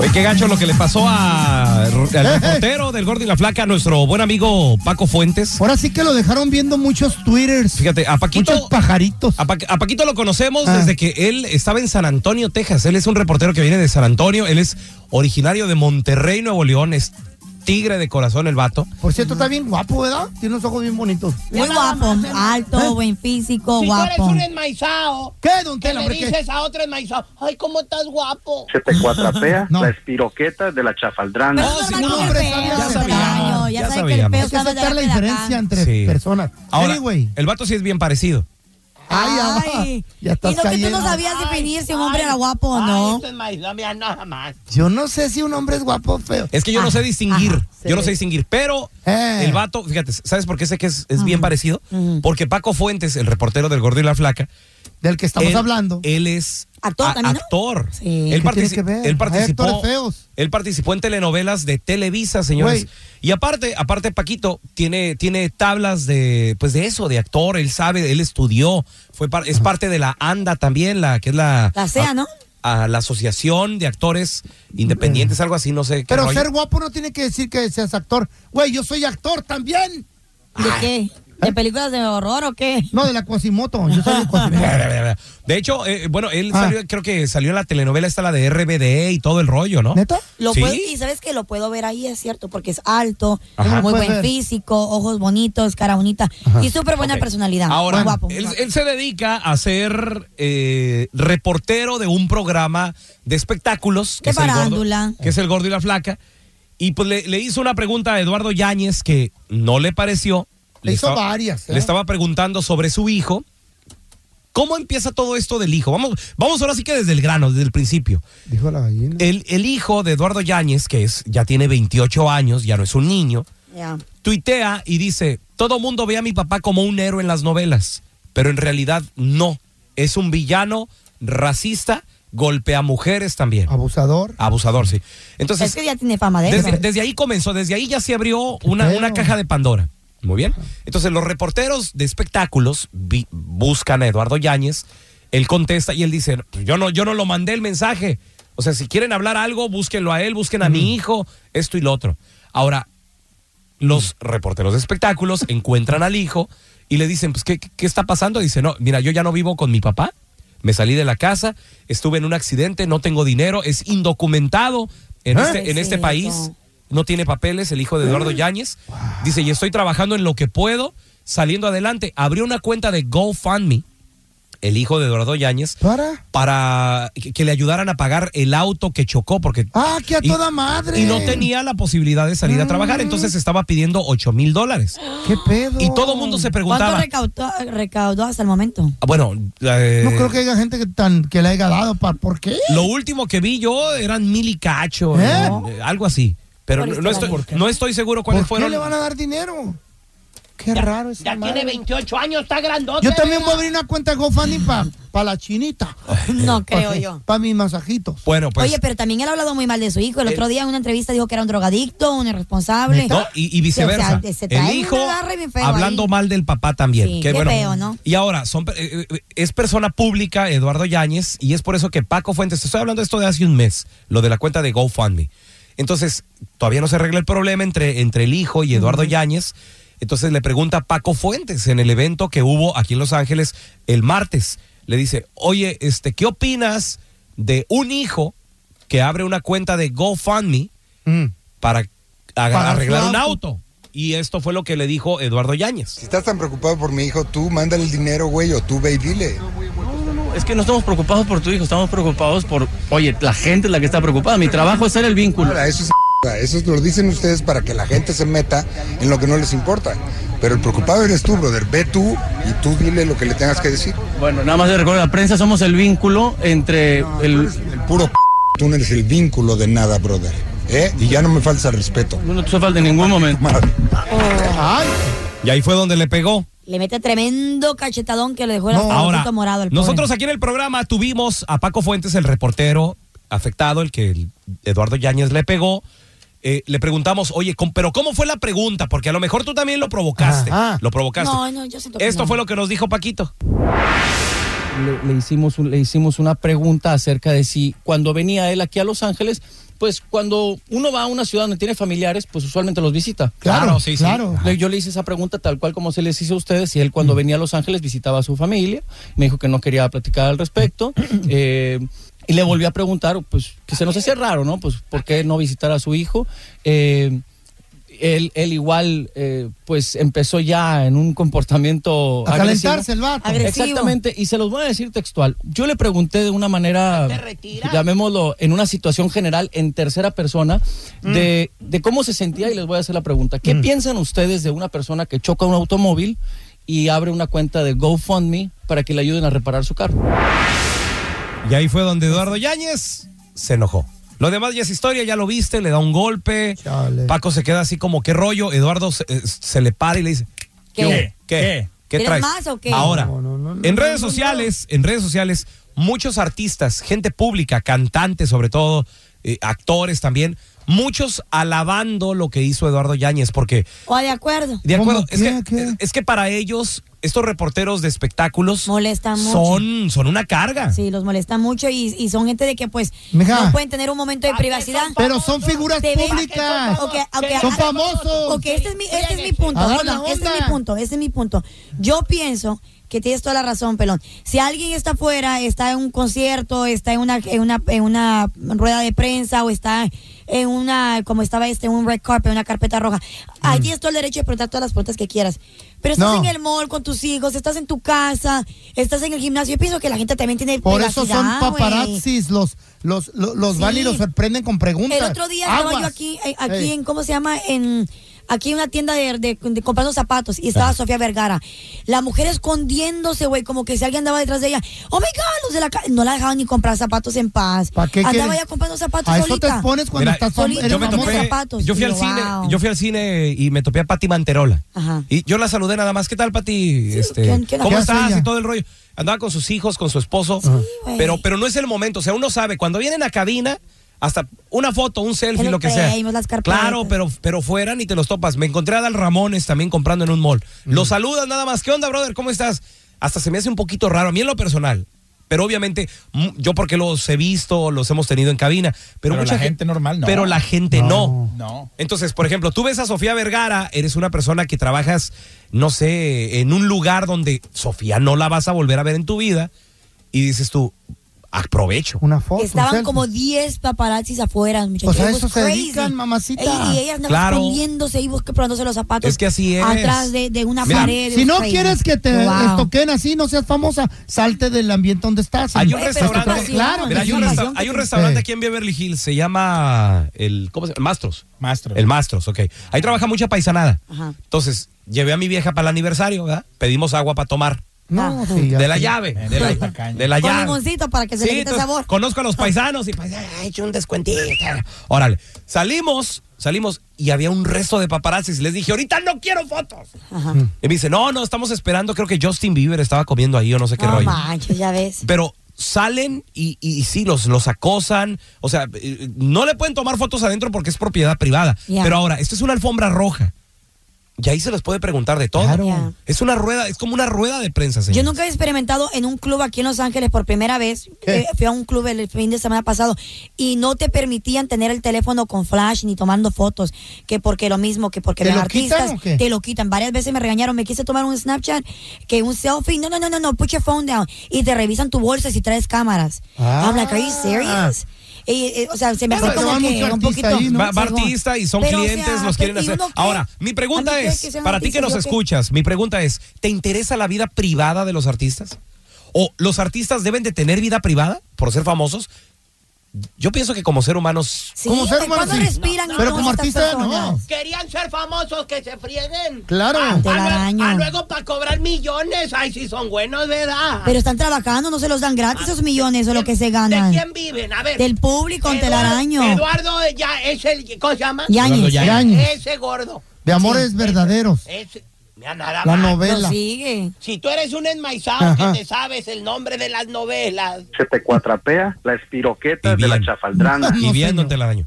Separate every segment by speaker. Speaker 1: Oye, qué gacho lo que le pasó a,
Speaker 2: Eh,
Speaker 1: al reportero del Gordo y la Flaca, nuestro buen amigo Paco Fuentes.
Speaker 2: Ahora sí que lo dejaron viendo muchos twitters.
Speaker 1: Fíjate, a Paquito.
Speaker 2: Muchos pajaritos.
Speaker 1: A, Pa- a Paquito lo conocemos
Speaker 2: Ah.
Speaker 1: desde que él estaba en San Antonio, Texas. Él es un reportero que viene de San Antonio. Él es originario de Monterrey, Nuevo León. Es tigre de corazón el vato.
Speaker 2: Por cierto, está bien guapo, ¿verdad? Tiene unos ojos bien bonitos. ¿Eh?
Speaker 3: Muy guapo, alto, buen físico,
Speaker 4: ¿Eh? Si tú
Speaker 3: guapo.
Speaker 4: eres un enmaizado,
Speaker 2: ¿Qué, don
Speaker 4: que
Speaker 2: Tela?
Speaker 4: le
Speaker 2: hombre, qué?
Speaker 4: dices a otro enmaizado, ay, cómo estás guapo.
Speaker 5: se te cuatrapea
Speaker 2: No.
Speaker 5: la espiroqueta de la chafaldrana.
Speaker 1: No, si no,
Speaker 2: hombre,
Speaker 3: ya,
Speaker 2: sabía,
Speaker 3: sabía, ya,
Speaker 1: sabía, ya
Speaker 3: sabe que el
Speaker 1: sabíamos.
Speaker 3: peo
Speaker 2: Es que
Speaker 3: está de
Speaker 2: aceptar la
Speaker 3: la
Speaker 2: diferencia entre
Speaker 1: Sí.
Speaker 2: personas.
Speaker 1: Ahora,
Speaker 2: Anyway.
Speaker 1: el vato sí es bien parecido.
Speaker 2: Ay, ya va.
Speaker 3: Ay,
Speaker 2: Ya estás
Speaker 3: y no que tú
Speaker 2: cayendo.
Speaker 3: no sabías definir si un hombre
Speaker 4: ay,
Speaker 3: era guapo o no.
Speaker 4: Ay, este enmaizado, mira, nada más.
Speaker 2: Yo no sé si un hombre es guapo o feo.
Speaker 1: Es que yo no
Speaker 3: Ajá,
Speaker 1: sé distinguir.
Speaker 3: ajá,
Speaker 1: yo no
Speaker 2: sí.
Speaker 1: sé distinguir. Pero
Speaker 2: Eh.
Speaker 1: el vato, fíjate, ¿sabes por qué sé que es, es bien parecido? Porque Paco Fuentes, el reportero del Gordo y la Flaca,
Speaker 2: Del que estamos
Speaker 1: él,
Speaker 2: hablando.
Speaker 1: Él es
Speaker 3: Actor
Speaker 1: a-
Speaker 3: también, ¿no?
Speaker 1: actor.
Speaker 3: Sí.
Speaker 1: Él,
Speaker 2: ¿Qué tiene
Speaker 1: partici-
Speaker 2: que ver?
Speaker 1: él
Speaker 2: Hay
Speaker 1: participó.
Speaker 2: actores feos.
Speaker 1: Él participó en telenovelas de Televisa, señores.
Speaker 2: Güey.
Speaker 1: Y aparte, aparte Paquito tiene tiene tablas de pues de eso, de actor, él sabe, él estudió, fue par- es parte de la ANDA también, la que es la
Speaker 3: La SEA,
Speaker 1: a-
Speaker 3: ¿no?
Speaker 1: a la Asociación de Actores Independientes, algo así, no sé qué
Speaker 2: Pero
Speaker 1: rollo.
Speaker 2: ser guapo no tiene que decir que seas actor. Güey, yo soy actor también. ¿Eh?
Speaker 3: ¿De qué? ¿De películas de horror o qué?
Speaker 2: No, de la Quasimoto. Yo soy de Quasimoto.
Speaker 1: De hecho, eh, bueno, él
Speaker 2: Ah.
Speaker 1: salió, creo que salió en la telenovela esta la de RBD y todo el rollo, ¿no?
Speaker 2: ¿Neta?
Speaker 3: Lo
Speaker 1: Sí.
Speaker 3: puedo- y sabes que lo puedo ver ahí, es cierto, porque es alto,
Speaker 1: Ajá.
Speaker 3: muy
Speaker 2: Puedes
Speaker 3: buen
Speaker 2: ver.
Speaker 3: físico, ojos bonitos, cara bonita y súper buena
Speaker 1: Ok.
Speaker 3: personalidad.
Speaker 1: Ahora,
Speaker 3: muy guapo. muy
Speaker 1: él,
Speaker 3: guapo.
Speaker 1: él se dedica a ser eh, reportero de un programa de espectáculos.
Speaker 3: De
Speaker 1: es el Gordo-
Speaker 3: farándula.
Speaker 1: que es el gordo y la flaca. Y pues le, le hizo una pregunta a Eduardo Yáñez que no le pareció.
Speaker 2: Le hizo varias, ¿eh?
Speaker 1: Le estaba preguntando sobre su hijo. ¿Cómo empieza todo esto del hijo? Vamos, vamos ahora sí que desde el grano, desde el principio.
Speaker 2: Dijo la gallina.
Speaker 1: El, el hijo de Eduardo Yáñez, que es, ya tiene 28 años, ya no es un niño,
Speaker 3: Ya.
Speaker 1: tuitea y dice, todo mundo ve a mi papá como un héroe en las novelas, pero en realidad no, es un villano racista, golpea mujeres también.
Speaker 2: Abusador.
Speaker 1: Abusador, sí. Entonces,
Speaker 3: es que ya tiene fama de eso. Mm.
Speaker 1: desde, desde ahí comenzó, desde ahí ya se abrió una,
Speaker 2: pedo.
Speaker 1: una caja de Pandora. Muy bien. Entonces, los reporteros de espectáculos vi- buscan a Eduardo Yáñez. Él contesta y él dice: Yo no, yo no lo mandé el mensaje. O sea, si quieren hablar algo, búsquenlo a él, busquen a mi hijo, esto y lo otro. Ahora, los reporteros de espectáculos encuentran al hijo y le dicen, pues, ¿qué, qué está pasando? Dice, no, mira, yo ya no vivo con mi papá, me salí de la casa, estuve en un accidente, no tengo dinero, es indocumentado en,
Speaker 2: ¿Ah?
Speaker 1: este, en este
Speaker 3: Pobrecito.
Speaker 1: país, no tiene papeles, el hijo de Eduardo Yáñez. Dice, y estoy trabajando en lo que puedo, saliendo adelante. Abrió una cuenta de GoFundMe, el hijo de Eduardo Yáñez,
Speaker 2: ¿Para?
Speaker 1: para que que le ayudaran a pagar el auto que chocó, porque
Speaker 2: Ah, que a
Speaker 1: Y-
Speaker 2: toda madre.
Speaker 1: y no tenía la posibilidad de salir a trabajar, entonces estaba pidiendo 8 mil dólares.
Speaker 2: Mm. ¿Qué pedo?
Speaker 1: Y todo el mundo se
Speaker 3: ¿Cuánto
Speaker 1: preguntaba,
Speaker 3: recaudó, recaudó hasta el momento?
Speaker 1: ah, bueno, eh,
Speaker 2: No creo que haya gente que, tan, que le haya dado. Pa, ¿Por qué?
Speaker 1: lo último que vi yo eran mil y cacho,
Speaker 2: ¿Eh?
Speaker 1: ¿no? Eh, algo así. Pero
Speaker 3: Por
Speaker 1: no,
Speaker 3: este
Speaker 1: no estoy,
Speaker 3: lado.
Speaker 1: no estoy seguro
Speaker 2: ¿Por
Speaker 1: cuáles
Speaker 2: qué
Speaker 1: fueron.
Speaker 2: le van a dar dinero? Qué raro esa
Speaker 4: Ya
Speaker 2: madre.
Speaker 4: tiene 28 años, está grandote.
Speaker 2: Yo también voy a
Speaker 4: ¿verdad?
Speaker 2: abrir una cuenta de GoFundMe para la chinita.
Speaker 3: No creo yo.
Speaker 2: Para mis masajitos.
Speaker 1: Bueno, pues.
Speaker 3: Oye, pero también él ha hablado muy mal de su hijo. El
Speaker 1: Eh.
Speaker 3: otro día en una entrevista dijo que era un drogadicto, un irresponsable.
Speaker 1: No, y, y viceversa.
Speaker 3: O sea, se
Speaker 1: el
Speaker 3: trae
Speaker 1: hijo
Speaker 3: un agarre bien feo
Speaker 1: hablando
Speaker 3: ahí.
Speaker 1: mal del papá también.
Speaker 3: Sí,
Speaker 1: que
Speaker 3: qué
Speaker 1: bueno.
Speaker 3: feo, ¿no?
Speaker 1: Y ahora, son, eh, eh, es persona pública Eduardo Yáñez y es por eso que Paco Fuentes, te estoy hablando de esto de hace un mes, lo de la cuenta de GoFundMe. Entonces, todavía no se arregla el problema entre, entre el hijo y Eduardo Yáñez. Entonces le pregunta a Paco Fuentes en el evento que hubo aquí en Los Ángeles el martes. Le dice, oye, este, ¿qué opinas de un hijo que abre una cuenta de GoFundMe
Speaker 2: Mm.
Speaker 1: para aga-
Speaker 2: Para
Speaker 1: arreglar
Speaker 2: su
Speaker 1: un
Speaker 2: auto.
Speaker 1: auto. Y esto fue lo que le dijo Eduardo
Speaker 6: Si
Speaker 1: Yáñez.
Speaker 6: estás tan preocupado por mi hijo, tú mándale el dinero, güey, o tú ve y dile.
Speaker 7: Es que no estamos preocupados por tu hijo, estamos preocupados por, oye, la gente es la que está preocupada. Mi trabajo es ser el vínculo.
Speaker 6: Ahora, eso es mierda. eso lo dicen ustedes para que la gente se meta en lo que no les importa. Pero el preocupado eres tú, brother. Ve tú y tú dile lo que le tengas que decir.
Speaker 7: Bueno, nada más de recuerdo, la prensa somos el vínculo entre
Speaker 6: Tú
Speaker 7: el...
Speaker 6: eres el puro p- Tú no eres el vínculo de nada, brother. ¿Eh? Y ya no me falta el respeto.
Speaker 7: No te hizo falta en ningún momento.
Speaker 6: Madre.
Speaker 3: Oh.
Speaker 2: Ay,
Speaker 1: Y ahí fue donde le pegó.
Speaker 3: Le mete tremendo cachetadón que le dejó el
Speaker 1: Ahora,
Speaker 3: alfajorcito morado al pobre.
Speaker 1: nosotros aquí en el programa tuvimos a Paco Fuentes, el reportero afectado, el que el Eduardo Yáñez le pegó. Eh, le preguntamos, oye, com- pero ¿cómo fue la pregunta? Porque a lo mejor tú también lo provocaste.
Speaker 2: Ajá.
Speaker 1: Lo provocaste.
Speaker 3: No, no, yo siento que
Speaker 1: Esto
Speaker 3: no.
Speaker 1: fue lo que nos dijo Paquito.
Speaker 7: le, le hicimos, un- le hicimos una pregunta acerca de si cuando venía él aquí a Los Ángeles, pues cuando uno va a una ciudad donde tiene familiares, pues usualmente los visita.
Speaker 2: Claro, Claro, sí, sí. claro.
Speaker 7: Le- Yo le hice esa pregunta tal cual como se les hizo a ustedes, si él cuando
Speaker 2: Mm.
Speaker 7: venía a Los Ángeles visitaba a su familia, me dijo que no quería platicar al respecto. eh, y le volví a preguntar, pues, que se nos hacía raro, ¿no? Pues, ¿por qué no visitar a su hijo? Eh, él, él igual, eh, pues, empezó ya en un comportamiento
Speaker 2: a
Speaker 7: agresivo.
Speaker 2: calentarse el vato.
Speaker 3: Agresivo.
Speaker 7: Exactamente, y se los voy a decir textual. Yo le pregunté de una manera,
Speaker 4: ¿Te retiras?
Speaker 7: llamémoslo, en una situación general, en tercera persona,
Speaker 3: Mm.
Speaker 7: de, de cómo se sentía y les voy a hacer la pregunta.
Speaker 2: Mm.
Speaker 7: ¿Qué piensan ustedes de una persona que choca un automóvil y abre una cuenta de GoFundMe para que le ayuden a reparar su carro?
Speaker 1: Y ahí fue donde Eduardo Yáñez se enojó. Lo demás ya es historia, ya lo viste, le da un golpe.
Speaker 2: Chale.
Speaker 1: Paco se queda así como, ¿qué rollo? Eduardo se, eh, se le para y le dice,
Speaker 3: ¿Qué?
Speaker 1: ¿Qué? ¿Qué? ¿Qué
Speaker 3: ¿Quieres
Speaker 1: traes?
Speaker 3: más o qué?
Speaker 1: Ahora,
Speaker 2: No, no, no, no,
Speaker 1: en redes
Speaker 2: no, no.
Speaker 1: sociales, en redes sociales, muchos artistas, gente pública, cantantes sobre todo, eh, actores también, muchos alabando lo que hizo Eduardo Yáñez, porque,
Speaker 3: O de acuerdo.
Speaker 1: de
Speaker 2: ¿Cómo
Speaker 1: acuerdo, es
Speaker 2: qué,
Speaker 1: que,
Speaker 2: qué?
Speaker 1: es que para ellos, estos reporteros de espectáculos
Speaker 3: Molesta mucho.
Speaker 1: son, son una carga.
Speaker 3: Sí, los molesta mucho y, y son gente de que pues
Speaker 2: Mija.
Speaker 3: no pueden tener un momento de
Speaker 4: Ah,
Speaker 3: privacidad.
Speaker 4: que
Speaker 2: Pero son figuras
Speaker 3: Te ves-
Speaker 2: públicas.
Speaker 3: Ok, ok.
Speaker 2: Son
Speaker 3: Ah,
Speaker 2: famosos.
Speaker 3: Ok, este es mi, este es mi punto.
Speaker 2: Agarra
Speaker 3: Pelón,
Speaker 2: la
Speaker 3: este es
Speaker 2: onda.
Speaker 3: mi punto, este es mi punto. Yo pienso que tienes toda la razón, Pelón. Si alguien está afuera, está en un concierto, está en una, en una, en una rueda de prensa o está en una, como estaba este, un red carpet, una carpeta roja, ahí tienes todo el derecho de preguntar todas las preguntas que quieras. Pero estás
Speaker 2: Mm.
Speaker 3: en
Speaker 2: No.
Speaker 3: el mall con tus hijos, estás en tu casa, estás en el gimnasio. Yo pienso que la gente también tiene
Speaker 2: Por eso son
Speaker 3: privacidad, güey.
Speaker 2: paparazzis, los, los, los, los
Speaker 3: Sí.
Speaker 2: van y los sorprenden con preguntas.
Speaker 3: El otro día
Speaker 2: Aguas.
Speaker 3: estaba yo aquí, eh, aquí
Speaker 2: Ey.
Speaker 3: en, ¿cómo se llama? En aquí en una tienda de, de- de comprando zapatos y estaba Sofía Vergara. La mujer escondiéndose, güey, como que si alguien andaba detrás de ella. Oh my God, los de la ca-". no la dejaban ni comprar zapatos en paz.
Speaker 2: ¿Para qué
Speaker 3: Andaba
Speaker 2: quieres?
Speaker 3: ya comprando zapatos
Speaker 2: A
Speaker 3: solita.
Speaker 2: eso te pones cuando
Speaker 1: Mira,
Speaker 2: estás fam-
Speaker 3: solita,
Speaker 2: eres
Speaker 1: yo me
Speaker 3: famoso.
Speaker 1: topé,
Speaker 3: Zapatos.
Speaker 1: yo fui al
Speaker 3: Digo,
Speaker 1: cine,
Speaker 3: wow.
Speaker 1: yo fui al cine y me topé a Pati Manterola.
Speaker 3: Ajá.
Speaker 1: Y yo la saludé nada más, ¿qué tal Pati? Este,
Speaker 3: ¿qué- qué-
Speaker 1: ¿Cómo
Speaker 2: qué hace
Speaker 1: estás?
Speaker 2: ella?
Speaker 1: Y todo el rollo. Andaba con sus hijos, con su esposo,
Speaker 3: güey.
Speaker 1: pero pero no es el momento, o sea, uno sabe cuando vienen a cabina hasta una foto, un selfie,
Speaker 3: Pero
Speaker 1: lo que sea.
Speaker 3: traemos las carpetas.
Speaker 1: Claro, pero pero fueran y te los topas. Me encontré a Dal Ramones también comprando en un mall. Los saludas nada más, ¿qué onda, brother? ¿Cómo estás? Hasta se me hace un poquito raro a mí en lo personal. Pero obviamente mm, yo porque los he visto, los hemos tenido en cabina, pero,
Speaker 8: Pero
Speaker 1: mucha
Speaker 8: la
Speaker 1: gen-
Speaker 8: gente normal no.
Speaker 1: Pero la gente no.
Speaker 8: No.
Speaker 1: Entonces, por ejemplo, tú ves a Sofía Vergara, eres una persona que trabajas, no sé, en un lugar donde Sofía no la vas a volver a ver en tu vida y dices tú, aprovecho.
Speaker 2: Una foto. un
Speaker 3: Estaban
Speaker 2: selfie.
Speaker 3: como 10 paparazzis afuera, muchachos.
Speaker 2: Pues a
Speaker 3: It was
Speaker 2: eso se
Speaker 3: crazy.
Speaker 2: dedican, mamacita.
Speaker 3: Ey, y ellas andaban
Speaker 1: Claro.
Speaker 3: escondiéndose y busque- probándose los zapatos.
Speaker 1: Es que así es.
Speaker 3: Atrás de, de una
Speaker 1: Mira,
Speaker 3: pared.
Speaker 2: Si
Speaker 3: It was
Speaker 2: no
Speaker 3: crazy.
Speaker 2: quieres que te
Speaker 3: Wow.
Speaker 2: estoquen así, no seas famosa, salte del ambiente donde estás.
Speaker 1: Hay un
Speaker 2: Salte
Speaker 1: restaurante-
Speaker 2: otra- Claro,
Speaker 1: Mira, hay, un
Speaker 2: sí.
Speaker 1: resta- hay un restaurante
Speaker 2: Sí.
Speaker 1: aquí en Beverly Hills, se llama el, ¿cómo se llama? Mastros.
Speaker 8: Mastro.
Speaker 1: El Mastros, ok. Ahí trabaja mucha paisanada.
Speaker 3: Ajá.
Speaker 1: Entonces, llevé a mi vieja para el aniversario, ¿verdad? Pedimos agua para tomar.
Speaker 3: Ah.
Speaker 2: No, sí, ya
Speaker 1: De la
Speaker 2: sé.
Speaker 1: llave.
Speaker 8: Eh,
Speaker 1: De la,
Speaker 8: tacaño.
Speaker 1: de la
Speaker 3: Con
Speaker 1: llave.
Speaker 3: limoncito para que se
Speaker 1: Sí,
Speaker 3: le quite el
Speaker 1: entonces,
Speaker 3: sabor.
Speaker 1: Conozco a los paisanos y pues, ha hecho un descuentito. Órale, salimos, salimos y había un resto de paparazzis. Les dije, ahorita no quiero fotos.
Speaker 3: Ajá.
Speaker 1: Y me dice, no, no, estamos esperando. Creo que Justin Bieber estaba comiendo ahí o no sé qué
Speaker 3: no
Speaker 1: rollo.
Speaker 3: manches, ya ves.
Speaker 1: Pero salen y, y, y sí, los, los acosan. O sea, eh, no le pueden tomar fotos adentro porque es propiedad privada.
Speaker 3: Ya.
Speaker 1: Pero ahora, esto es una alfombra roja. Y ahí se les puede preguntar de todo.
Speaker 2: Claro.
Speaker 3: Ya.
Speaker 1: Es una rueda, es como una rueda de prensa, señor.
Speaker 3: Yo nunca he experimentado en un club aquí en Los Ángeles por primera vez. Eh, fui a un club el fin de semana pasado y no te permitían tener el teléfono con flash ni tomando fotos, que porque lo mismo, que porque
Speaker 2: ¿Te
Speaker 3: los
Speaker 2: lo quitan
Speaker 3: artistas
Speaker 2: o qué?
Speaker 3: te lo quitan. Varias veces me regañaron, me quise tomar un Snapchat, que un selfie, no, no, no, no, no, put your phone down y te revisan tu bolsa si traes cámaras.
Speaker 2: Ah.
Speaker 3: I'm like, are you serious? Y, eh, o sea, se me
Speaker 2: Pero
Speaker 3: hace
Speaker 2: se
Speaker 3: como
Speaker 2: va
Speaker 3: que un
Speaker 2: mucho artista
Speaker 3: poquito
Speaker 2: ahí, ¿no?
Speaker 1: Va, va
Speaker 3: Sí,
Speaker 1: artista y son
Speaker 3: Pero, o
Speaker 1: clientes,
Speaker 3: sea,
Speaker 1: los quieren
Speaker 3: pero ¿y
Speaker 1: hacer.
Speaker 3: uno qué?
Speaker 1: Ahora, mi
Speaker 3: ¿A
Speaker 1: pregunta
Speaker 3: mí qué?
Speaker 1: es,
Speaker 3: Que sean
Speaker 1: para ti que
Speaker 3: artistas,
Speaker 1: nos
Speaker 3: ¿yo qué?
Speaker 1: escuchas, mi pregunta es, ¿te interesa la vida privada de los artistas? ¿O los artistas deben de tener vida privada por ser famosos? Yo pienso que como ser humanos
Speaker 3: Sí,
Speaker 2: Como ser
Speaker 3: ¿de
Speaker 2: humano,
Speaker 3: cuándo
Speaker 2: sí.
Speaker 3: respiran
Speaker 2: Pero como
Speaker 3: entonces estas
Speaker 2: artista, no.
Speaker 3: personas?
Speaker 4: Querían ser famosos que se frieguen.
Speaker 2: Claro.
Speaker 4: Ah, ah,
Speaker 3: Telaraño.
Speaker 4: ah, luego para cobrar millones. Ay, si son buenos, ¿verdad?
Speaker 3: Pero están trabajando, no se los dan gratis esos millones o lo que se ganan.
Speaker 4: ¿De quién viven? A ver.
Speaker 3: Del público, en
Speaker 4: Eduardo-
Speaker 3: telaraño.
Speaker 4: Eduardo eh, ya es el. ¿Cómo se llama?
Speaker 3: Yañez.
Speaker 1: Eduardo
Speaker 2: Yañez.
Speaker 4: Ese gordo.
Speaker 2: De amores verdaderos.
Speaker 4: Ese. Mira, nada
Speaker 2: La
Speaker 4: más.
Speaker 3: Lo
Speaker 2: novela.
Speaker 3: sigue.
Speaker 4: Si tú eres un enmaizado
Speaker 2: Ajá.
Speaker 4: que te sabes el nombre de las novelas,
Speaker 5: Se te cuatrapea la espiroqueta
Speaker 1: Y
Speaker 5: de la
Speaker 1: bien.
Speaker 5: chafaldrana.
Speaker 1: y
Speaker 2: No,
Speaker 1: bien,
Speaker 2: señor.
Speaker 1: don Telaraño.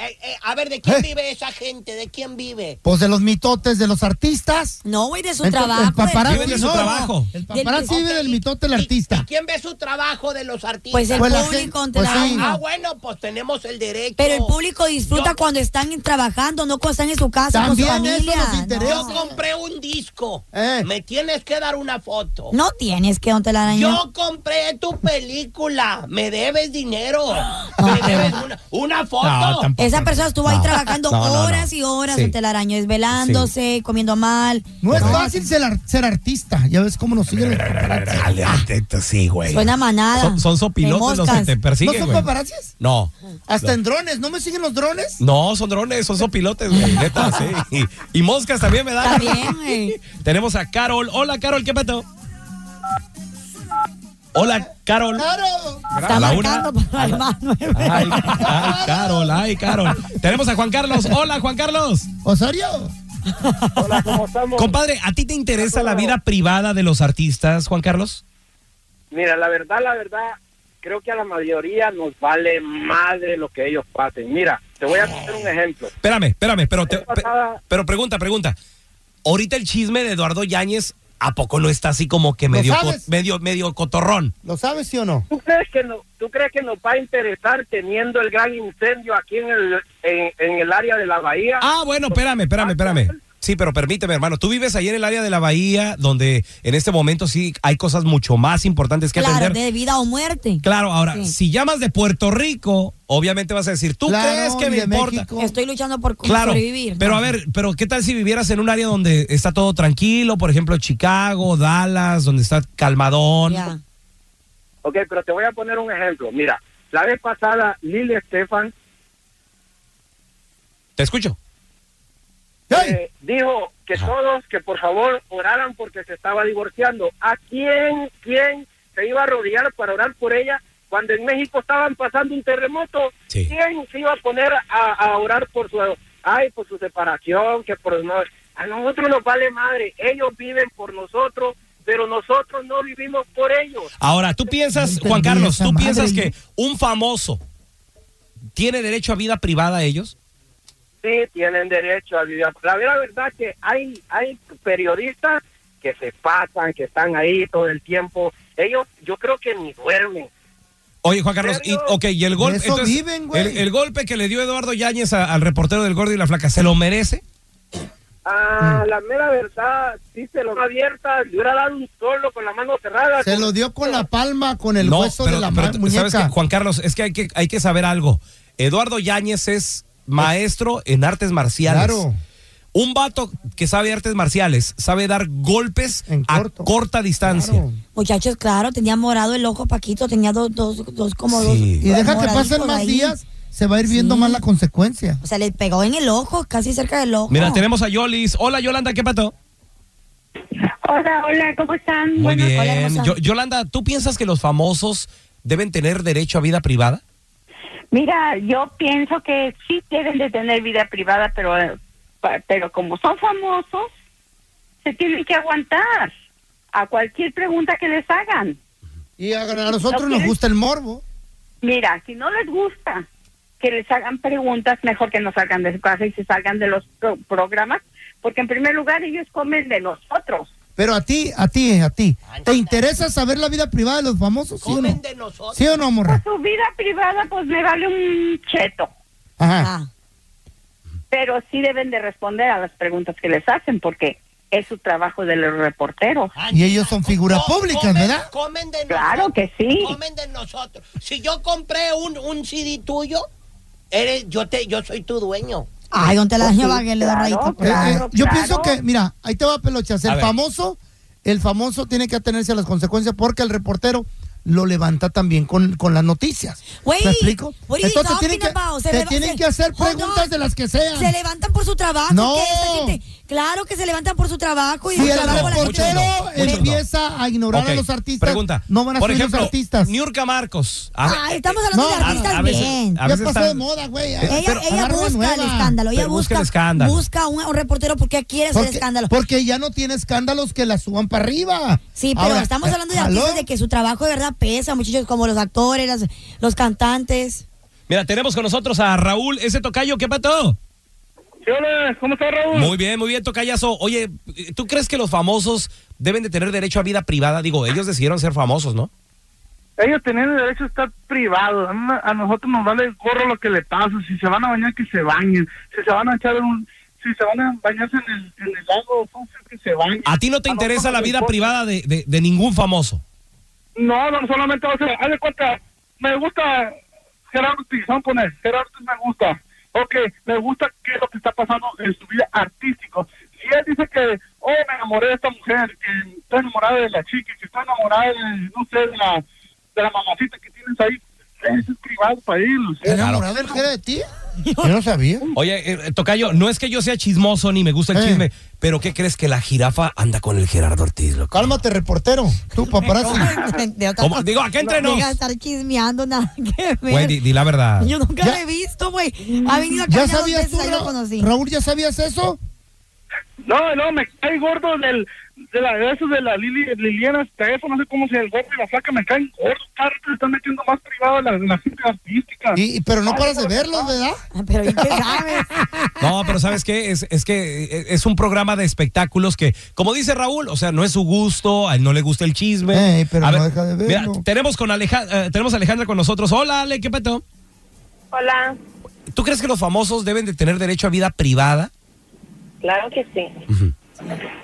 Speaker 4: eh, eh, a ver, ¿de quién
Speaker 2: Eh.
Speaker 4: vive esa gente? ¿De quién vive?
Speaker 2: Pues de los mitotes, de los artistas.
Speaker 3: No, güey, de su
Speaker 2: Entonces,
Speaker 3: trabajo.
Speaker 2: El paparazzi,
Speaker 1: Viven de su
Speaker 2: no.
Speaker 1: trabajo.
Speaker 2: El
Speaker 3: Del-
Speaker 2: paparazzi vive del mitote el
Speaker 4: ¿Y-
Speaker 2: artista.
Speaker 4: ¿Y quién ve su trabajo de los artistas?
Speaker 3: Pues el
Speaker 2: Pues la gente-
Speaker 3: público, en
Speaker 2: pues sí.
Speaker 3: telaraño.
Speaker 4: Ah, bueno, pues tenemos el derecho.
Speaker 3: Pero el público disfruta
Speaker 4: Yo-
Speaker 3: cuando están trabajando, no cuando están en su casa con su
Speaker 2: También eso
Speaker 3: familia.
Speaker 2: nos
Speaker 3: No.
Speaker 2: interesa.
Speaker 4: Yo compré un disco.
Speaker 2: Eh.
Speaker 4: Me tienes que dar una foto.
Speaker 3: No tienes que, don Telaraño.
Speaker 4: Yo compré tu película. Me debes dinero.
Speaker 3: No,
Speaker 4: Me
Speaker 3: pero-
Speaker 4: debes una, una foto.
Speaker 1: No, tampoco.
Speaker 3: Esa persona estuvo ahí
Speaker 1: No.
Speaker 3: trabajando
Speaker 1: No, no, no.
Speaker 3: horas y horas,
Speaker 1: Sí.
Speaker 3: don Telaraño, desvelándose, comiendo mal.
Speaker 2: No es fácil ser, ar- ser artista. Ya ves cómo nos siguen. los paparazzis.
Speaker 1: Dale, atento, sí, güey.
Speaker 3: Ah. Suena manada.
Speaker 1: Son, son
Speaker 3: De
Speaker 1: sopilotes los que
Speaker 3: moscas.
Speaker 1: te
Speaker 2: ¿No
Speaker 1: persiguen,
Speaker 2: son
Speaker 1: güey.
Speaker 2: paparazzis?
Speaker 1: No.
Speaker 2: Hasta en drones. ¿No me siguen los drones?
Speaker 1: No, son drones, son sopilotes, güey. Neta, sí. Y, y moscas también me dan.
Speaker 3: También, güey.
Speaker 1: Tenemos a Carol. Hola, Carol, ¿qué pedo? Hola, Carol.
Speaker 2: Claro.
Speaker 3: Está
Speaker 1: A la
Speaker 3: marcando
Speaker 1: una.
Speaker 3: para el más nueve.
Speaker 1: Ay, ay, Carol, ay, Carol. Tenemos a Juan Carlos. Hola, Juan Carlos.
Speaker 2: Osorio.
Speaker 8: Hola, ¿cómo estamos?
Speaker 1: Compadre, ¿a ti te interesa la vida privada de los artistas, Juan Carlos?
Speaker 8: Mira, la verdad, la verdad, creo que a la mayoría nos vale madre lo que ellos pasen. Mira, te voy a poner un ejemplo.
Speaker 1: Espérame, espérame, pero, te- pe-
Speaker 8: pasada-
Speaker 1: pero pregunta, pregunta. Ahorita el chisme de Eduardo Yáñez, ¿a poco no está así como que
Speaker 2: ¿Lo
Speaker 1: medio, co-
Speaker 2: sabes?
Speaker 1: medio, medio cotorrón?
Speaker 2: ¿Lo sabes sí o no?
Speaker 8: ¿Tú crees que no, tú crees que nos va a interesar teniendo el gran incendio aquí en el en, en el área de la bahía?
Speaker 1: Ah, bueno, espérame, espérame, espérame. Sí, pero permíteme, hermano, tú vives ahí en el área de la bahía, donde en este momento sí hay cosas mucho más importantes que
Speaker 3: Claro,
Speaker 1: atender.
Speaker 3: de vida o muerte.
Speaker 1: Claro, ahora,
Speaker 3: Sí.
Speaker 1: si llamas de Puerto Rico, obviamente vas a decir, ¿tú
Speaker 2: Claro,
Speaker 1: crees que
Speaker 2: ni
Speaker 1: me
Speaker 2: de
Speaker 1: importa?
Speaker 2: México.
Speaker 3: Estoy luchando por
Speaker 1: Claro,
Speaker 3: sobrevivir.
Speaker 1: pero
Speaker 3: No.
Speaker 1: a ver, pero ¿qué tal si vivieras en un área donde está todo tranquilo? Por ejemplo, Chicago, Dallas, donde está calmadón.
Speaker 3: Ya.
Speaker 8: Ok, pero te voy a poner un ejemplo. Mira, la vez pasada Lili Estefan
Speaker 1: Te escucho.
Speaker 2: ¡Ey!
Speaker 8: eh, dijo que
Speaker 1: Ajá.
Speaker 8: todos que por favor oraran porque se estaba divorciando. ¿A quién quién se iba a rodear para orar por ella cuando en México estaban pasando un terremoto?
Speaker 1: Sí.
Speaker 8: ¿Quién se iba a poner a, a orar por su ay por su separación, que por no a nosotros nos vale madre, ellos viven por nosotros, pero nosotros no vivimos por ellos.
Speaker 1: Ahora, tú
Speaker 2: No
Speaker 1: piensas,
Speaker 2: entendí
Speaker 1: Juan Carlos,
Speaker 2: esa
Speaker 1: tú
Speaker 2: madre,
Speaker 1: piensas que
Speaker 2: ¿no?
Speaker 1: un famoso tiene derecho a vida privada ellos?
Speaker 8: Sí, tienen derecho a vivir. La vera verdad que hay hay periodistas que se pasan, que están ahí todo el tiempo. Ellos, yo creo que ni duermen.
Speaker 1: Oye, Juan Carlos, y,
Speaker 8: ¿Serio?
Speaker 1: ok, y el golpe.
Speaker 2: De eso viven, güey.
Speaker 1: el, el golpe que le dio Eduardo Yáñez a- al reportero del Gordo y la Flaca, ¿se lo merece?
Speaker 8: Ah, la mera verdad, sí se lo abierta, le hubiera dado un solo con la mano cerrada.
Speaker 2: Se lo dio con la palma, con el hueso de la ma-
Speaker 1: tú-
Speaker 2: muñeca.
Speaker 1: ¿sabes qué, Juan Carlos, es que hay que, hay que saber algo. Eduardo Yáñez es maestro en artes marciales.
Speaker 2: Claro.
Speaker 1: Un vato que sabe artes marciales sabe dar golpes
Speaker 2: En
Speaker 1: a
Speaker 2: corto.
Speaker 1: corta distancia.
Speaker 2: Claro.
Speaker 3: Muchachos, claro, tenía morado el ojo, Paquito, tenía dos, dos, dos como
Speaker 1: Sí.
Speaker 3: dos.
Speaker 1: Y
Speaker 2: Y deja que
Speaker 3: moraditos
Speaker 2: pasen más
Speaker 3: ahí.
Speaker 2: días, se va a ir viendo
Speaker 3: Sí.
Speaker 2: más la consecuencia.
Speaker 3: O sea, le pegó en el ojo, casi cerca del ojo.
Speaker 1: Mira, tenemos a Yolis. Hola, Yolanda, ¿qué pato?
Speaker 9: Hola, hola, ¿cómo están?
Speaker 1: Muy
Speaker 9: Buenas-
Speaker 3: hola,
Speaker 1: bien.
Speaker 3: hermosa.
Speaker 1: Yo- Yolanda, ¿tú piensas que los famosos deben tener derecho a vida privada?
Speaker 9: Mira, yo pienso que sí deben de tener vida privada, pero, eh, pa- pero como son famosos, se tienen que aguantar a cualquier pregunta que les hagan.
Speaker 2: Y a, a nosotros nos
Speaker 9: ¿No quieres?
Speaker 2: gusta el morbo.
Speaker 9: Mira, si no les gusta que les hagan preguntas, mejor que no salgan de su casa y se salgan de los pro- programas, porque en primer lugar ellos comen de nosotros.
Speaker 2: Pero a ti, a ti, a ti, ¿te interesa saber la vida privada de los famosos? ¿Sí o
Speaker 4: Comen
Speaker 2: no?
Speaker 4: de nosotros.
Speaker 2: ¿Sí o no,
Speaker 9: Pues
Speaker 2: morra?
Speaker 9: su vida privada, pues me vale un cheto,
Speaker 2: Ajá.
Speaker 3: Ah,
Speaker 9: pero sí deben de responder a las preguntas que les hacen, porque es su trabajo de los reporteros.
Speaker 2: Y ellos son figuras
Speaker 4: Co-
Speaker 2: públicas,
Speaker 4: comen-
Speaker 2: Ah, ¿verdad?
Speaker 4: Comen de
Speaker 9: Claro
Speaker 4: nosotros.
Speaker 9: que sí.
Speaker 4: Comen de nosotros. Si yo compré un, un CD tuyo, eres, yo te, yo soy tu dueño.
Speaker 3: Ay, don Telaraño,
Speaker 9: Pues Sí,
Speaker 3: va que le da pues.
Speaker 9: claro,
Speaker 3: rayito.
Speaker 2: Eh, eh,
Speaker 9: Claro,
Speaker 2: yo
Speaker 9: claro.
Speaker 2: pienso que, mira, ahí te va Pelochas.
Speaker 1: A
Speaker 2: El
Speaker 1: ver.
Speaker 2: famoso, el famoso tiene que atenerse a las consecuencias porque el reportero lo levanta también con, con las noticias.
Speaker 3: Wait,
Speaker 2: ¿Me explico?
Speaker 3: what are you
Speaker 2: Entonces tienen que,
Speaker 3: talking about? Se
Speaker 2: te
Speaker 3: leva-
Speaker 2: tienen
Speaker 3: se-
Speaker 2: que hacer
Speaker 3: Hold on.
Speaker 2: preguntas de las que sean.
Speaker 3: Se levantan por su trabajo.
Speaker 2: No.
Speaker 3: ¿qué? Esta gente- claro que se levantan por su trabajo. Y
Speaker 2: Si
Speaker 3: su
Speaker 2: el
Speaker 3: trabajo la gente-
Speaker 2: reportero
Speaker 1: muchos no.
Speaker 2: empieza a ignorar
Speaker 1: Ok,
Speaker 2: a los artistas,
Speaker 1: Pregunta.
Speaker 2: no van a
Speaker 1: Por
Speaker 2: ser los
Speaker 1: ejemplo,
Speaker 2: artistas.
Speaker 1: Niurka Marcos. Ah,
Speaker 3: Ay, Ah, estamos hablando
Speaker 2: No,
Speaker 3: de artistas
Speaker 1: a- a veces-
Speaker 3: bien.
Speaker 1: a veces
Speaker 2: ya pasó
Speaker 1: están-
Speaker 2: de moda, güey.
Speaker 3: Eh, Ella,
Speaker 1: pero-
Speaker 3: ella
Speaker 2: agarra una
Speaker 3: busca el
Speaker 2: nueva.
Speaker 3: escándalo. Ella
Speaker 1: Pero busca
Speaker 3: busca,
Speaker 1: el escándalo.
Speaker 3: busca un, un reportero porque quiere hacer
Speaker 2: Porque,
Speaker 3: escándalo.
Speaker 2: porque ya no tiene escándalos que la suban para arriba.
Speaker 3: Sí, pero
Speaker 2: Ahora, eh,
Speaker 3: estamos hablando de
Speaker 2: ¿aló?
Speaker 3: artistas de que su trabajo de verdad pesa, muchachos, como los actores, las- los cantantes.
Speaker 1: Mira, tenemos con nosotros a Raúl, ese tocayo, ¿qué pato?
Speaker 8: Hola, ¿cómo está Raúl?
Speaker 1: Muy bien, muy bien, tocayazo. Oye, ¿tú crees que los famosos deben de tener derecho a vida privada? Digo, ellos decidieron ser famosos, ¿no?
Speaker 8: Ellos tienen el derecho a estar privados. A no- A nosotros nos vale gorro lo que le pasa. Si se van a bañar, que se bañen. Si se van a echar un... Si se van a bañarse en el, en el lago, sucio, que se bañen.
Speaker 1: ¿A ti no te interesa
Speaker 8: nosotros
Speaker 1: la
Speaker 8: nos
Speaker 1: vida
Speaker 8: importa.
Speaker 1: privada de, de- de ningún famoso?
Speaker 8: No, no, solamente, o sea, haz de cuenta, me gusta Gerardo Ortiz, vamos a poner, Gerardo Ortiz me gusta. Ok, me gusta qué es lo que está pasando en su vida artística. Si él dice que, oh, me enamoré de esta mujer, que estoy enamorada de la chica, que estoy enamorada de, no sé, de la, de la mamacita que tienes ahí, eso es privado para él. o sea.
Speaker 2: ¿Te enamorado del que era de ti? Yo no sabía.
Speaker 1: Oye, eh, eh, tocayo, no es que yo sea chismoso ni me gusta el
Speaker 2: Eh.
Speaker 1: chisme, pero ¿qué crees que la jirafa anda con el Gerardo Ortiz, loco?
Speaker 2: Cálmate, reportero. Tú, paparazzi.
Speaker 3: De otra
Speaker 1: ¿Cómo?
Speaker 3: cosa,
Speaker 1: Digo, acá entre
Speaker 3: no
Speaker 1: nos.
Speaker 3: llega a estar chismeando nada que ver.
Speaker 1: Güey, di, di la verdad.
Speaker 3: Yo nunca
Speaker 2: Ya-
Speaker 3: la he visto, güey. Ha venido acá
Speaker 2: ¿Ya
Speaker 3: dos
Speaker 2: sabías
Speaker 3: veces,
Speaker 2: tú,
Speaker 3: ahí lo
Speaker 2: Ra-
Speaker 3: conocí.
Speaker 2: Raúl, ya sabías eso?
Speaker 8: No, no, me cae gordo del, de la, de esos de la Lili, Liliana Estefan, no sé cómo se el gordo y la flaca, me caen gordos, claro, te están metiendo más privado a la, la gente artística.
Speaker 2: Y, y- pero no paras de verlos, ¿verdad?
Speaker 3: Ah, Pero ¿y qué sabes?
Speaker 1: No, pero ¿sabes qué? Es, es que eh, es un programa de espectáculos que, como dice Raúl, o sea, no es su gusto, a él no le gusta el chisme.
Speaker 2: Ey, pero
Speaker 1: A
Speaker 2: no deja de
Speaker 1: mira,
Speaker 2: verlo.
Speaker 1: tenemos, con Aleja- eh, tenemos a Alejandra con nosotros. Hola, Ale, ¿qué pato?
Speaker 9: Hola,
Speaker 1: ¿Tú crees que los famosos deben de tener derecho a vida privada?
Speaker 9: claro que sí.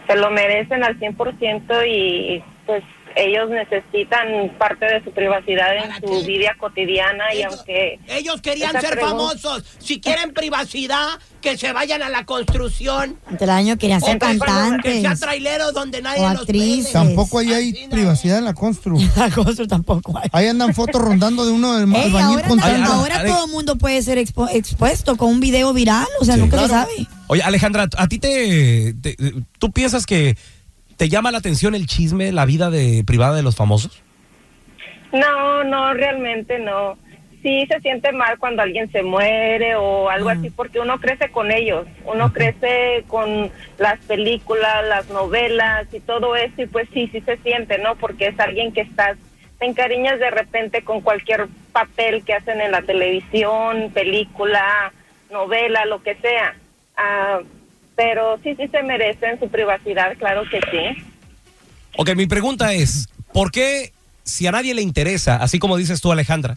Speaker 9: Se lo merecen al 100% y pues ellos necesitan parte de su privacidad en
Speaker 4: ¿Para
Speaker 9: su
Speaker 4: qué?
Speaker 9: vida cotidiana y
Speaker 4: Ellos-
Speaker 9: aunque...
Speaker 4: Ellos querían
Speaker 9: esa
Speaker 4: ser
Speaker 9: pregunta-
Speaker 4: famosos. Si quieren privacidad, que se vayan a la construcción.
Speaker 3: El año querían ser
Speaker 4: O que- Que
Speaker 3: cantantes.
Speaker 4: sea trailero donde nadie
Speaker 3: O
Speaker 4: los
Speaker 3: actriz.
Speaker 4: pele.
Speaker 2: Tampoco ahí
Speaker 4: Así
Speaker 2: hay
Speaker 4: no.
Speaker 2: privacidad en la constru.
Speaker 3: Acoso tampoco hay.
Speaker 2: Ahí andan fotos rondando de uno del
Speaker 3: Ey,
Speaker 2: albañil
Speaker 3: ahora
Speaker 2: con
Speaker 3: ta-
Speaker 1: Ay,
Speaker 2: tanga.
Speaker 3: ahora
Speaker 1: Ale-
Speaker 3: todo el mundo puede ser expo- expuesto con un video viral, o sea,
Speaker 1: Sí.
Speaker 3: nunca se
Speaker 2: Claro.
Speaker 3: sabe.
Speaker 1: Oye, Alejandra, ¿a ti te, te- ¿Tú piensas que te llama la atención el chisme, la vida de, privada de los famosos?
Speaker 9: No, no, realmente no. Sí se siente mal cuando alguien se muere o algo así, porque uno crece con ellos, uno crece con las películas, las novelas y todo eso, y pues sí, sí se siente, ¿no? Porque es alguien que estás, te encariñas de repente con cualquier papel que hacen en la televisión, película, novela, lo que sea. Ah, pero sí, sí se merecen su privacidad, claro que sí.
Speaker 1: Ok, mi pregunta es, ¿por qué si a nadie le interesa, así como dices tú Alejandra,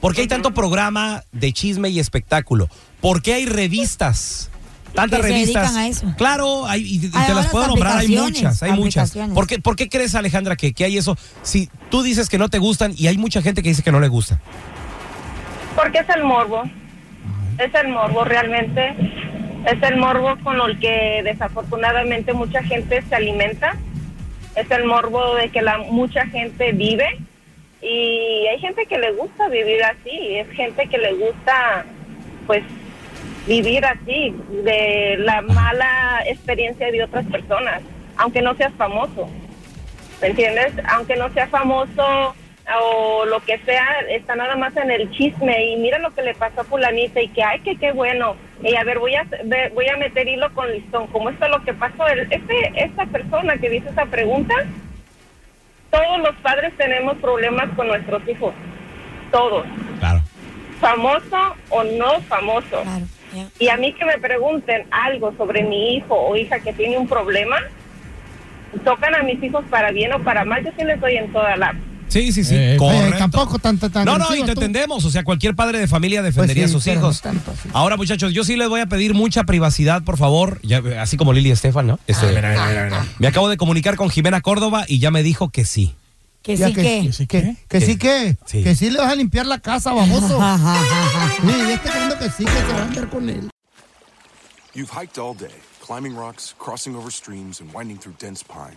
Speaker 1: ¿por qué hay tanto programa de chisme y espectáculo? ¿Por qué hay revistas? Tantas
Speaker 3: Que se
Speaker 1: revistas.
Speaker 3: dedican a eso.
Speaker 1: Claro, hay, y, y
Speaker 3: Hay
Speaker 1: te las
Speaker 3: ahora
Speaker 1: puedo nombrar, hay
Speaker 3: aplicaciones,
Speaker 1: muchas, hay muchas.
Speaker 3: aplicaciones.
Speaker 1: ¿Por qué, ¿Por qué crees, Alejandra, que, que hay eso? Si tú dices que no te gustan y hay mucha gente que dice que no le gusta.
Speaker 9: Porque es el morbo. Es el morbo realmente. Es el morbo con el que desafortunadamente mucha gente se alimenta. Es el morbo de que la mucha gente vive. Y hay gente que le gusta vivir así. Es gente que le gusta, pues, vivir así, de la mala experiencia de otras personas, aunque no seas famoso. ¿Me entiendes? Aunque no sea famoso o lo que sea, está nada más en el chisme y mira lo que le pasó a fulanita y que, ay, que qué bueno. Y a ver, voy a, ve- voy a meter hilo con listón. Como esto es lo que pasó, el, este, esta persona que dice esa pregunta, todos los padres tenemos problemas con nuestros hijos. Todos.
Speaker 1: Claro.
Speaker 9: Famoso o no famoso.
Speaker 3: Claro. ya.
Speaker 9: Y a mí que me pregunten algo sobre mi hijo o hija que tiene un problema, tocan a mis hijos para bien o para mal, yo sí les doy en toda la...
Speaker 1: Sí, sí, sí.
Speaker 7: Eh, eh,
Speaker 2: Oye,
Speaker 1: correcto.
Speaker 2: tampoco tan, tan, tan
Speaker 1: No, no, y
Speaker 2: agresivo
Speaker 1: te
Speaker 2: tú.
Speaker 1: entendemos. O sea, cualquier padre de familia defendería
Speaker 2: Pues sí,
Speaker 1: a sus
Speaker 2: pero
Speaker 1: hijos.
Speaker 2: no tanto así.
Speaker 1: Ahora, muchachos, yo sí les voy a pedir mucha privacidad, por favor. Ya, eh, así como Lili Estefan, ¿no? Este, Me acabo de comunicar con Jimena Córdoba y ya me dijo que sí.
Speaker 3: Que
Speaker 2: Ya
Speaker 3: sí que.
Speaker 2: que, que, que sí que,
Speaker 1: Sí.
Speaker 2: que sí le vas a limpiar la casa, baboso. Sí, ya está creyendo que sí, que se va a andar con él.
Speaker 10: You've hiked all day, climbing rocks, crossing over streams, and winding through dense pine.